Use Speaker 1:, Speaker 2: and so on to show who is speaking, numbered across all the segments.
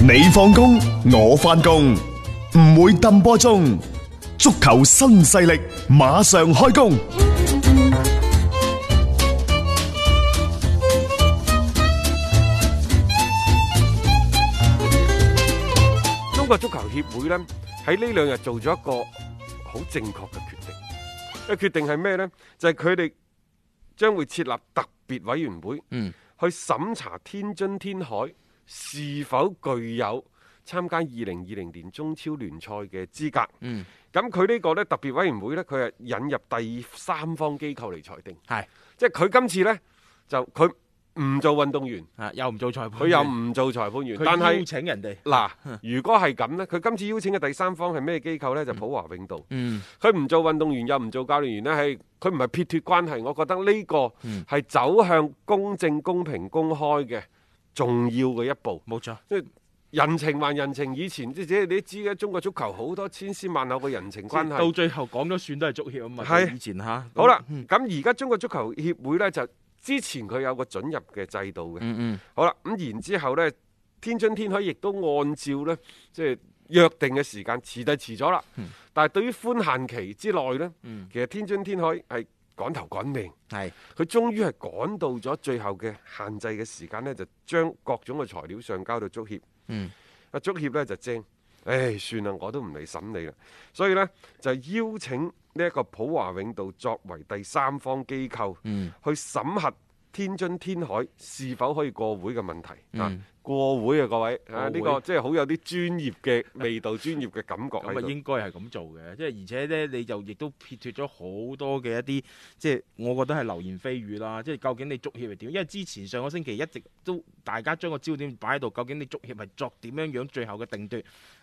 Speaker 1: 你放工，我翻工，唔會抌波鐘。足球新勢力馬上開工。
Speaker 2: 中國足球協會呢，喺呢兩日做咗一個好正確嘅決定。嘅決定係咩呢？就係佢哋將會設立特別委員會，
Speaker 3: 嗯
Speaker 2: 去審查天津天海是否具有參加二零二零年中超聯賽嘅資格。
Speaker 3: 嗯，
Speaker 2: 咁佢呢個呢特別委員會呢，佢係引入第三方機構嚟裁定，
Speaker 3: 係
Speaker 2: 即係佢今次呢，就佢唔做運動員，
Speaker 3: 啊，又唔做裁判，
Speaker 2: 佢又唔做裁判員，
Speaker 3: 佢
Speaker 2: 但係
Speaker 3: 邀。請人哋，
Speaker 2: 嗱，如果係咁呢，佢今次邀請嘅第三方係咩機構呢？就普華永道。
Speaker 3: 嗯，
Speaker 2: 佢唔做運動員又唔做教練員呢，係佢唔係撇脱關係。我覺得呢個
Speaker 3: 嗯
Speaker 2: 係走向公正、公平、公開嘅重要嘅一步。
Speaker 3: 冇錯，
Speaker 2: 即係人情還人情，以前即係你知嘅，中國足球好多千絲萬縷嘅人情關
Speaker 3: 到
Speaker 2: 係。
Speaker 3: 最後講咗算都係足協啊嘛，
Speaker 2: 係
Speaker 3: 以前吓，
Speaker 2: 好啦，咁而家中國足球協會呢，就之前佢有個准入嘅制度嘅。
Speaker 3: 嗯嗯，
Speaker 2: 好啦，咁然之後呢，天津天海亦都按照呢，即係約定嘅時間，遲就遲咗啦。但係對於寬限期之內呢，
Speaker 3: 嗯
Speaker 2: 其實天津天海係趕頭趕命，
Speaker 3: 係
Speaker 2: 佢終於係趕到咗最後嘅限制嘅時間呢，就將各種嘅材料上交到足協。
Speaker 3: 嗯，
Speaker 2: 啊足協呢就精，唉算啦，我都唔嚟審你啦。所以呢，就邀請呢一個普華永道作為第三方機構。
Speaker 3: 嗯
Speaker 2: 去審核天津天海是否可以過會嘅問題、啊！過會啊，各位啊，呢、
Speaker 3: 嗯過
Speaker 2: 個
Speaker 3: 會
Speaker 2: 即係好有啲專業嘅味道、專業嘅感覺喺
Speaker 3: 咁啊
Speaker 2: 度。
Speaker 3: 應該係咁做嘅，即係而且咧，你就亦都撇脱咗好多嘅一啲，即係我覺得係流言蜚語啦。即係究竟你足協係點？因為之前上個星期一直都大家將個焦點擺喺度，究竟你足協係作點樣樣最後嘅定奪？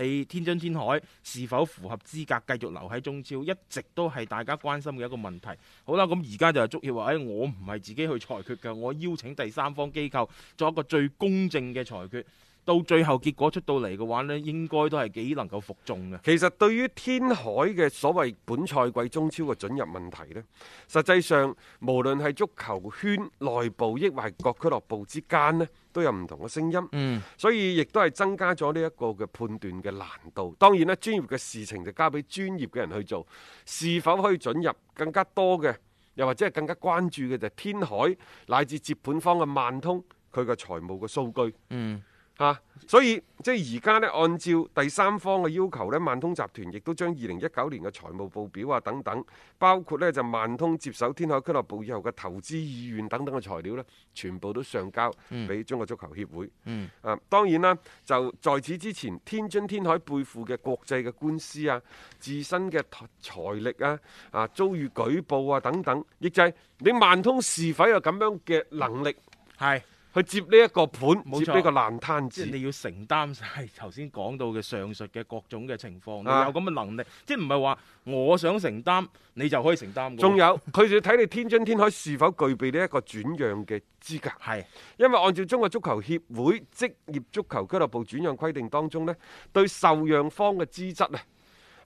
Speaker 3: 你天津天海是否符合資格繼續留喺中超，一直都係大家關心嘅一個問題。好啦，咁而家就係足協話：，誒、我唔係自己去裁決嘅，我邀請第三方機構作一個最公正嘅裁決。到最後結果出到嚟嘅話呢，應該都係幾能夠服眾嘅。
Speaker 2: 其實對於天海嘅所謂本賽季中超嘅准入問題呢，實際上無論係足球圈內部，抑或係各俱樂部之間呢，都有唔同嘅聲音。
Speaker 3: 嗯，
Speaker 2: 所以亦都係增加咗呢一個嘅判斷嘅難度。當然啦，專業嘅事情就交俾專業嘅人去做，是否可以准入更加多嘅，又或者係更加關注嘅就係天海乃至接盤方嘅萬通佢嘅財務嘅數據。
Speaker 3: 嗯，
Speaker 2: 嚇、啊所以即係而家呢，按照第三方嘅要求呢，萬通集團亦都將二零一九年嘅財務報表啊等等，包括呢就萬通接手天海俱樂部以後嘅投資意願等等嘅材料呢，全部都上交俾中國足球協會。
Speaker 3: 嗯，
Speaker 2: 啊，當然啦，就在此之前，天津天海背負嘅國際嘅官司啊、自身嘅財力啊、啊遭遇舉報啊等等，亦就係你萬通是否有咁樣嘅能力
Speaker 3: 係，
Speaker 2: 去接呢一個盤、
Speaker 3: 冇錯
Speaker 2: 接呢個爛攤
Speaker 3: 即
Speaker 2: 子
Speaker 3: 係？你要承擔晒頭先講到嘅上述嘅各種嘅情況，你
Speaker 2: 啊
Speaker 3: 有咁嘅能力，即係唔係話我想承擔你就可以承擔嘅。
Speaker 2: 仲有，佢就要睇你天津天海是否具備呢一個轉讓嘅資格，
Speaker 3: 係，
Speaker 2: 因為按照中國足球協會職業足球俱樂部轉讓規定當中呢，對受讓方嘅資質啊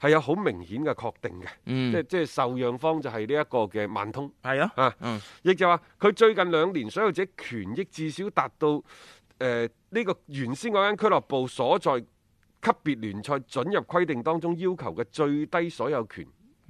Speaker 2: 係有好明顯嘅確定嘅，即係
Speaker 3: 嗯，
Speaker 2: 即係受讓方就係呢一個嘅萬通
Speaker 3: 係啊，
Speaker 2: 啊，
Speaker 3: 嗯
Speaker 2: 亦就話佢最近兩年所有者權益至少達到誒呢、個原先嗰間俱樂部所在級別聯賽准入規定當中要求嘅最低所有權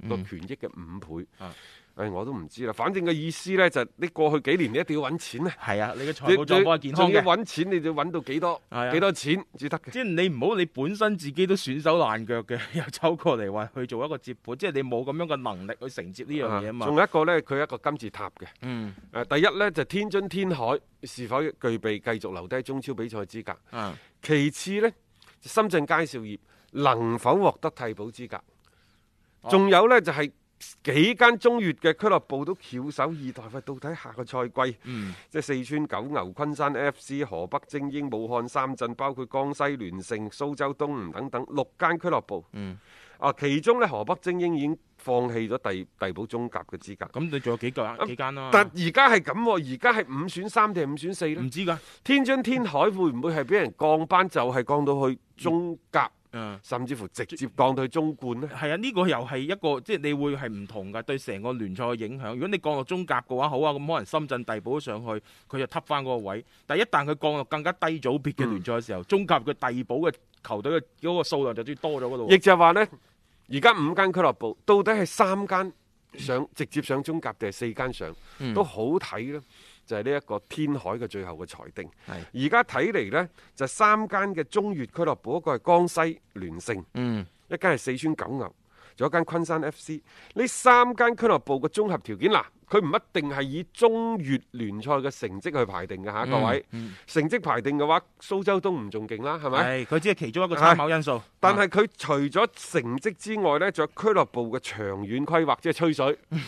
Speaker 2: 個權益嘅五倍。
Speaker 3: 嗯啊
Speaker 2: 唉我都唔知啦，反正嘅意思呢，就係你過去幾年你一定要揾錢啊！
Speaker 3: 係啊，你嘅財
Speaker 2: 你
Speaker 3: 務狀況係健康
Speaker 2: 仲要
Speaker 3: 嘅，
Speaker 2: 揾錢，你就揾到幾多
Speaker 3: 係啊
Speaker 2: 幾多錢至得嘅。
Speaker 3: 即係你唔好你本身自己都損手爛腳嘅， 又走過嚟話去做一個接盤，即係你冇咁樣嘅能力去承接呢樣嘢啊
Speaker 2: 仲
Speaker 3: 嘛。
Speaker 2: 有一個呢，佢有一個金字塔嘅。
Speaker 3: 嗯，
Speaker 2: 誒，第一呢，就天津天海是否具備繼續留低中超比賽資格？
Speaker 3: 啊，
Speaker 2: 其次呢，深圳佳兆業能否獲得替補資格？
Speaker 3: 哦
Speaker 2: 仲有呢，就係、幾間中乙嘅俱樂部都翹首以待，喂，到底下個賽季
Speaker 3: 嗯，
Speaker 2: 即係四川九牛、昆山 F.C.、河北精英、武漢三鎮，包括江西聯盛、蘇州東吳等等六間俱樂部。
Speaker 3: 嗯，
Speaker 2: 啊，其中呢，河北精英已經放棄咗第遞補中甲嘅資格。
Speaker 3: 咁你仲有幾啊間幾間啦？
Speaker 2: 但而家係咁喎，而家係五選三定係五選四呢？
Speaker 3: 唔知㗎，
Speaker 2: 天津天海會唔會係俾人降班就係降到去中甲
Speaker 3: 嗯
Speaker 2: 甚至乎直接降到去中冠呢？
Speaker 3: 係啊，呢、個又係一個即係你會係唔同㗎，對成個聯賽嘅影響。如果你降落中甲嘅話，好啊，咁可能深圳遞補上去，佢就揼翻嗰個位。但係一旦佢降落更加低組別嘅聯賽嘅時候，中甲嘅遞補嘅球隊嘅嗰個數量就多咗嗰度。
Speaker 2: 亦就係話呢，而家五間俱樂部到底係三間上直接上中甲定係四間上，
Speaker 3: 嗯
Speaker 2: 都好睇呢，就係呢一個天海嘅最後嘅裁定。
Speaker 3: 係
Speaker 2: 而家睇嚟呢，就三間嘅中越俱樂部，一個係江西聯盛，
Speaker 3: 嗯，
Speaker 2: 一間係四川九牛，仲有一間昆山 FC。呢三間俱樂部嘅綜合條件嗱，佢唔一定係以中越聯賽嘅成績去排定嘅嚇，各位。
Speaker 3: 嗯
Speaker 2: 成績排定嘅話，蘇州東唔仲勁啦，係咪？
Speaker 3: 係佢只係其中一個參考因素。
Speaker 2: 但
Speaker 3: 啊
Speaker 2: 係佢除咗成績之外呢，仲有俱樂部嘅長遠規劃，即係吹水。 睇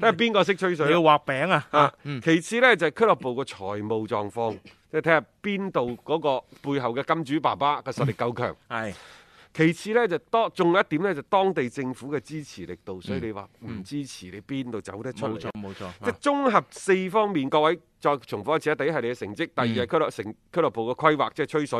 Speaker 2: 下邊個識吹
Speaker 3: 你要
Speaker 2: 水
Speaker 3: 畫餅啊，
Speaker 2: 啊？其次呢，就係、俱樂部嘅財務狀況，即係睇下邊度嗰個背後嘅金主爸爸嘅實力夠強。
Speaker 3: 係
Speaker 2: 其次呢，就當仲有一點呢，就當地政府嘅支持力度，所以你話唔支持你邊度走得出
Speaker 3: 嗯冇
Speaker 2: 嚟
Speaker 3: 錯？啊冇錯。
Speaker 2: 即係綜合四方面，各位再重複一次啊！第一係你嘅成績，
Speaker 3: 嗯
Speaker 2: 第二係俱樂成俱樂部嘅規劃，即係吹水；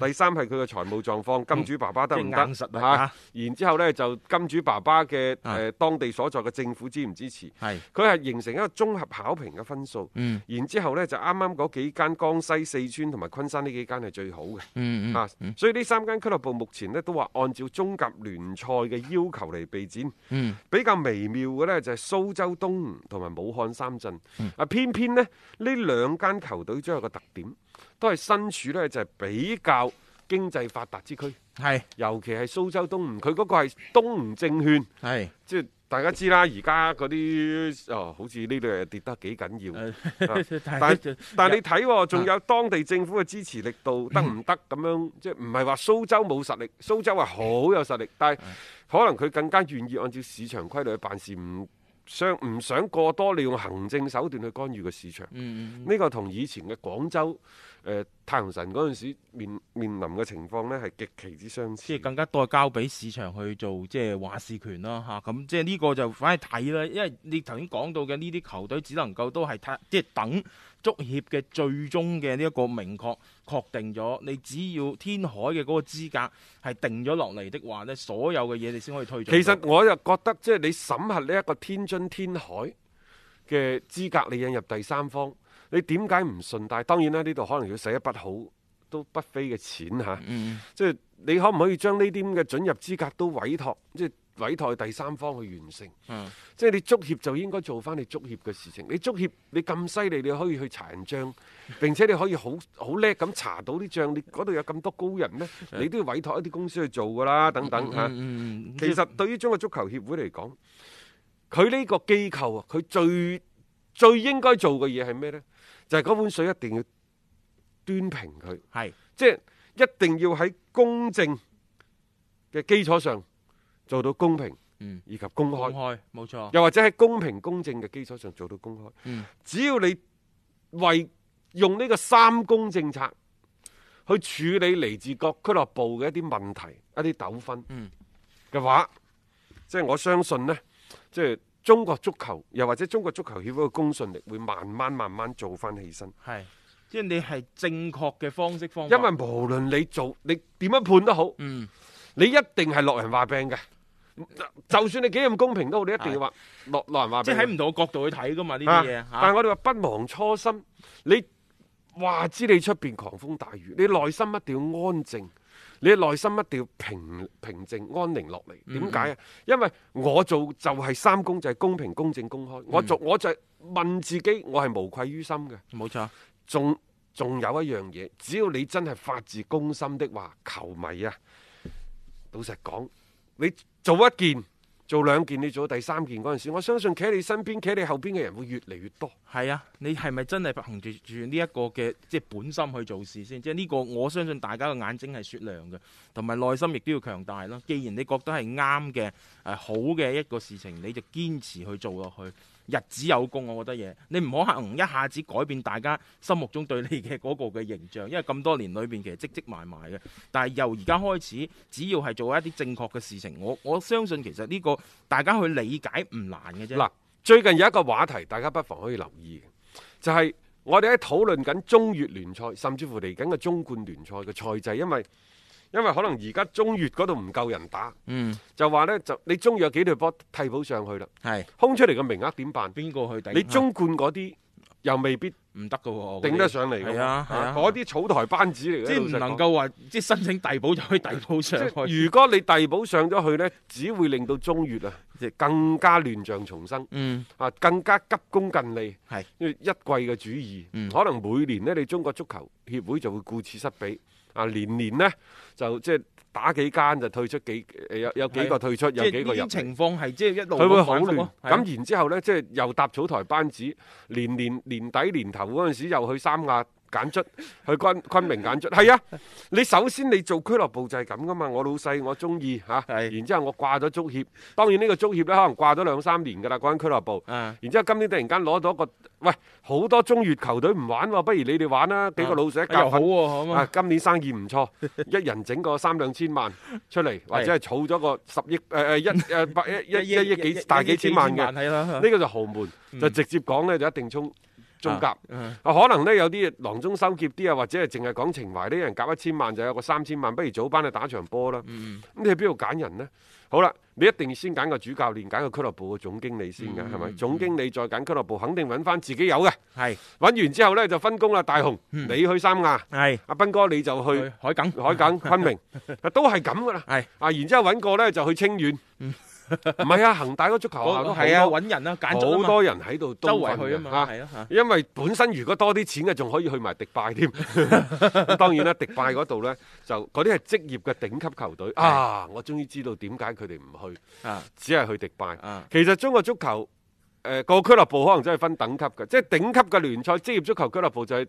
Speaker 2: 第三係佢嘅財務狀況，金主爸爸得唔得
Speaker 3: 即係嗯硬實力
Speaker 2: 啊
Speaker 3: 啊
Speaker 2: 然之後呢，就金主爸爸嘅誒、
Speaker 3: 啊
Speaker 2: 呃、當地所在嘅政府支唔支持？
Speaker 3: 係
Speaker 2: 佢係形成一個綜合考評嘅分數。
Speaker 3: 嗯
Speaker 2: 然之後呢，就啱啱嗰幾間江西、四川同埋昆山呢幾間係最好嘅。
Speaker 3: 嗯
Speaker 2: 啊，所以呢三間俱樂部目前呢都話按照中甲聯賽嘅要求嚟備戰，
Speaker 3: 嗯
Speaker 2: 比較微妙嘅呢就係蘇州東吳同埋武漢三鎮，
Speaker 3: 嗯
Speaker 2: 啊偏偏呢呢兩間球隊都有個特點，都係身處呢就係比較經濟發達之區，
Speaker 3: 係
Speaker 2: 尤其係蘇州東吳，佢嗰個係東吳證券，
Speaker 3: 係
Speaker 2: 即係大家知啦，而家嗰啲哦好似呢兩日跌得幾緊要。
Speaker 3: 誒，
Speaker 2: 但
Speaker 3: 嗯但 係
Speaker 2: 但係你睇喎，仲有啊當地政府嘅支持力度得唔得咁樣？即係唔係話蘇州冇實力，蘇州係好有實力，但係可能佢更加願意按照市場規律去辦事，唔想唔想過多利用行政手段去干預個市場。
Speaker 3: 嗯嗯
Speaker 2: 呢個同以前嘅廣州誒、呃太陽神嗰陣時面面臨嘅情況呢係極其之相似
Speaker 3: 即。係更加多交俾市場去做即係話事權啦嚇，咁、即係呢個就反係睇啦，因為你頭先講到嘅呢啲球隊只能夠都係睇即係等足協嘅最終嘅呢一個明確確定咗，你只要天海嘅嗰個資格係定咗落嚟的話呢所有嘅嘢你先可以推進
Speaker 2: 其
Speaker 3: 到。
Speaker 2: 實我又覺得，即係你審核呢一個天津天海嘅資格，你引入第三方，你點解唔順帶？當然啦，呢度可能要使一筆好都不菲嘅錢嚇，
Speaker 3: 嗯
Speaker 2: 即係你可唔可以將呢啲咁嘅準入資格都委託，即係委託第三方去完成？
Speaker 3: 嗯
Speaker 2: 即係你足協就應該做翻你足協嘅事情。你足協你咁犀利，你可以去查人帳，並且你可以好 好叻咁查到啲帳。你嗰度有咁多高人咩？你都要委託一啲公司去做㗎啦，等等嚇。
Speaker 3: 嗯嗯嗯
Speaker 2: 其實對於中國足球協會嚟講，佢呢個機構啊，佢最最應該做嘅嘢係咩呢？就係、嗰碗水一定要端平佢，
Speaker 3: 係
Speaker 2: 即係一定要喺公正嘅基礎上做到公平
Speaker 3: 嗯
Speaker 2: 以及公
Speaker 3: 公
Speaker 2: 開，
Speaker 3: 開冇錯，
Speaker 2: 又或者喺公平公正嘅基礎上做到公開。
Speaker 3: 嗯
Speaker 2: 只要你為用呢個三公政策去處理嚟自各俱樂部嘅一啲問題、一啲糾紛
Speaker 3: 嗯
Speaker 2: 嘅話，即係我相信呢，即係中國足球又或者中國足球協會嘅公信力會慢慢慢慢做翻起身。
Speaker 3: 係即係你係正確嘅方式方法，
Speaker 2: 因為無論你做你點樣判都好，
Speaker 3: 嗯。
Speaker 2: 你一定係落人話病嘅。就算你幾咁公平都好，你一定要話落落人話
Speaker 3: 即
Speaker 2: 病
Speaker 3: 係
Speaker 2: 嘅。
Speaker 3: 喺唔同嘅角度去睇噶嘛呢
Speaker 2: 啊
Speaker 3: 啲嘢
Speaker 2: 但係
Speaker 3: 嚇，
Speaker 2: 我哋話不忘初心，你話知你出邊狂風大雨，你內心一定要安靜，你內心一定要平平靜安寧落
Speaker 3: 嗯
Speaker 2: 嚟。點解啊？因為我做就係三公，就係公平、公正、公
Speaker 3: 嗯
Speaker 2: 開。我做我就係問自己，我係無愧於心嘅。
Speaker 3: 冇錯。
Speaker 2: 仲仲有一樣嘢，只要你真係發自公心的話，球迷啊，老實講，你做一件、做兩件，你做到第三件嗰陣時，我相信企喺你身邊、企喺你後邊嘅人會越嚟越多。
Speaker 3: 係啊，你係咪真係憑住住呢一個嘅即係本心去做事先？即係呢個我相信大家嘅眼睛係雪亮嘅，同埋內心亦都要強大咯。既然你覺得係啱嘅、誒、好嘅一個事情，你就堅持去做落去，日子有功。我覺得嘢，你唔可能一下子改變大家心目中對你嘅嗰個嘅形象，因為咁多年裏邊其實積積埋埋嘅。但係由而家開始，只要係做一啲正確嘅事情，我我相信其實呢個大家去理解唔難嘅啫。
Speaker 2: 嗱，最近有一個話題，大家不妨可以留意嘅，就係、我哋喺討論緊中乙聯賽，甚至乎嚟緊嘅中冠聯賽嘅賽制，因為因為可能而家中越嗰度唔夠人打，
Speaker 3: 嗯，
Speaker 2: 就話呢，就你中越有幾隊波替補上去啦，
Speaker 3: 係
Speaker 2: 空出嚟嘅名額點辦？
Speaker 3: 邊個去頂？啊
Speaker 2: 你中冠嗰啲又未必
Speaker 3: 唔得噶喎，
Speaker 2: 頂得上嚟㗎
Speaker 3: 係
Speaker 2: 喎
Speaker 3: 啊係啊，
Speaker 2: 嗰啲草台班子嚟嘅，
Speaker 3: 即係唔
Speaker 2: 老實
Speaker 3: 能
Speaker 2: 講
Speaker 3: 夠話即係申請遞補就可以遞
Speaker 2: 即
Speaker 3: 補上
Speaker 2: 係
Speaker 3: 去。
Speaker 2: 如果你遞補上咗去呢，只會令到中越啊
Speaker 3: 即係
Speaker 2: 更加亂象重生
Speaker 3: 嗯，
Speaker 2: 啊，更加急功近利。
Speaker 3: 係
Speaker 2: 因為一季嘅主義，
Speaker 3: 嗯
Speaker 2: 可能每年呢，你中國足球協會就會顧此失彼啊，年年呢，就即係打幾間就退出幾誒有有幾個退出，
Speaker 3: 即
Speaker 2: 有幾
Speaker 3: 係
Speaker 2: 個
Speaker 3: 呢
Speaker 2: 入
Speaker 3: 啲
Speaker 2: 嚟。
Speaker 3: 情況係即係一路
Speaker 2: 佢會
Speaker 3: 咁
Speaker 2: 好
Speaker 3: 反覆
Speaker 2: 亂
Speaker 3: 咯，係啊
Speaker 2: 咁然之後呢，即係又搭草台班子，年年年底年頭嗰陣時又去三亞揀卒，去昆 昆明揀卒，係啊！你首先你做俱樂部就係咁噶嘛，我老細我中意嚇，
Speaker 3: 係
Speaker 2: 然之後我掛咗足協，當然呢個足協呢，可能掛咗兩三年㗎啦，嗰間俱樂部，
Speaker 3: 啊，
Speaker 2: 然之後今年突然間攞到一個，喂，好多中越球隊唔玩喎，不如你哋玩啦，幾個老細一
Speaker 3: 又
Speaker 2: 夾
Speaker 3: 好
Speaker 2: 份。
Speaker 3: 喎，咁
Speaker 2: 啊
Speaker 3: 啊，，
Speaker 2: 今年生意唔錯， 一人整個三兩千萬出嚟，或者係儲咗個十億誒誒、 一誒百一一一億幾大幾千萬嘅，呢
Speaker 3: 係啦，
Speaker 2: 個就豪門，就直接講呢，就一定衝中甲。
Speaker 3: 嗯
Speaker 2: 啊，可能呢，有啲囊中羞澀啲啊，或者係淨係講情懷呢，一人夾一千萬就有個三千萬，不如早班去打場波啦。咁、
Speaker 3: 嗯
Speaker 2: 你喺邊度揀人呢？好啦，你一定要先揀個主教練，揀個俱樂部嘅總經理先嘅，係咪、總經理再揀俱樂部，肯定揾翻自己有嘅。
Speaker 3: 係
Speaker 2: 揾完之後呢，就分工啦，大雄，你去三亞，
Speaker 3: 係
Speaker 2: 阿斌哥你就去
Speaker 3: 去。海埂
Speaker 2: 海埂、昆 明，都係咁噶啦。
Speaker 3: 係
Speaker 2: 啊，然之後揾個呢就去清遠，唔係啊，恒大嗰足球 學校都好
Speaker 3: 係啊，
Speaker 2: 多
Speaker 3: 揾人啊，揀咗
Speaker 2: 好多人喺度
Speaker 3: 周
Speaker 2: 都
Speaker 3: 圍去啊嘛，
Speaker 2: 嚇
Speaker 3: 係啊嚇。
Speaker 2: 因為本身如果多啲錢嘅，仲可以去埋迪拜添。 咁當然啦，迪拜嗰度呢，就嗰啲係職業嘅頂級球隊啊！我終於知道點解佢哋唔去，
Speaker 3: 啊
Speaker 2: 只係去迪拜。
Speaker 3: 啊
Speaker 2: 其實中國足球誒個俱樂部可能真係分等級嘅，即係頂級嘅聯賽職業足球俱樂部就係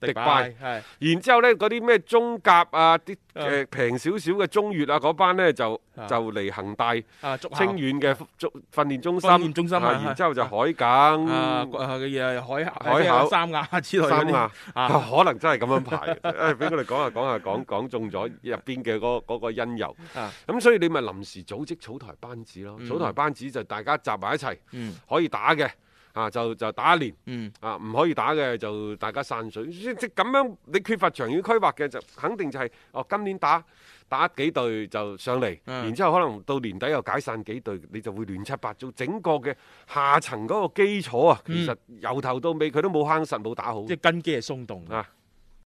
Speaker 2: 迪拜。
Speaker 3: 係
Speaker 2: 然之後呢，嗰啲咩中甲啊，啲
Speaker 3: 啊
Speaker 2: 誒平少少嘅中乙啊，嗰班呢，就
Speaker 3: 啊
Speaker 2: 就嚟恒大清
Speaker 3: 啊，足校
Speaker 2: 遠嘅足訓練中心，
Speaker 3: 訓練中心啊
Speaker 2: 啊然之後就海
Speaker 3: 啊
Speaker 2: 埂、
Speaker 3: 啊嘅嘢，海口
Speaker 2: 海
Speaker 3: 即係
Speaker 2: 口
Speaker 3: 三亞之類嗰
Speaker 2: 三
Speaker 3: 啲
Speaker 2: 亞，
Speaker 3: 啊，
Speaker 2: 可能真係咁樣排嘅。 誒，俾我哋講下講下講講中咗入邊嘅嗰嗰個因由
Speaker 3: 啊。
Speaker 2: 咁所以你咪臨時組織草台班子咯，
Speaker 3: 嗯
Speaker 2: 草台班子就大家集埋一齊，
Speaker 3: 嗯
Speaker 2: 可以打嘅啊就就打一年。
Speaker 3: 嗯
Speaker 2: 啊，唔可以打嘅就大家散水，即即咁樣你缺乏長遠規劃嘅就肯定就係、哦，今年打打幾隊就上嚟，
Speaker 3: 嗯
Speaker 2: 然之後可能到年底又解散幾隊，你就會亂七八糟，整個嘅
Speaker 3: 嗯
Speaker 2: 下層嗰個基礎啊，其實由頭到尾佢都冇夯實冇打好
Speaker 3: 即係根基係鬆動嘅
Speaker 2: 啊，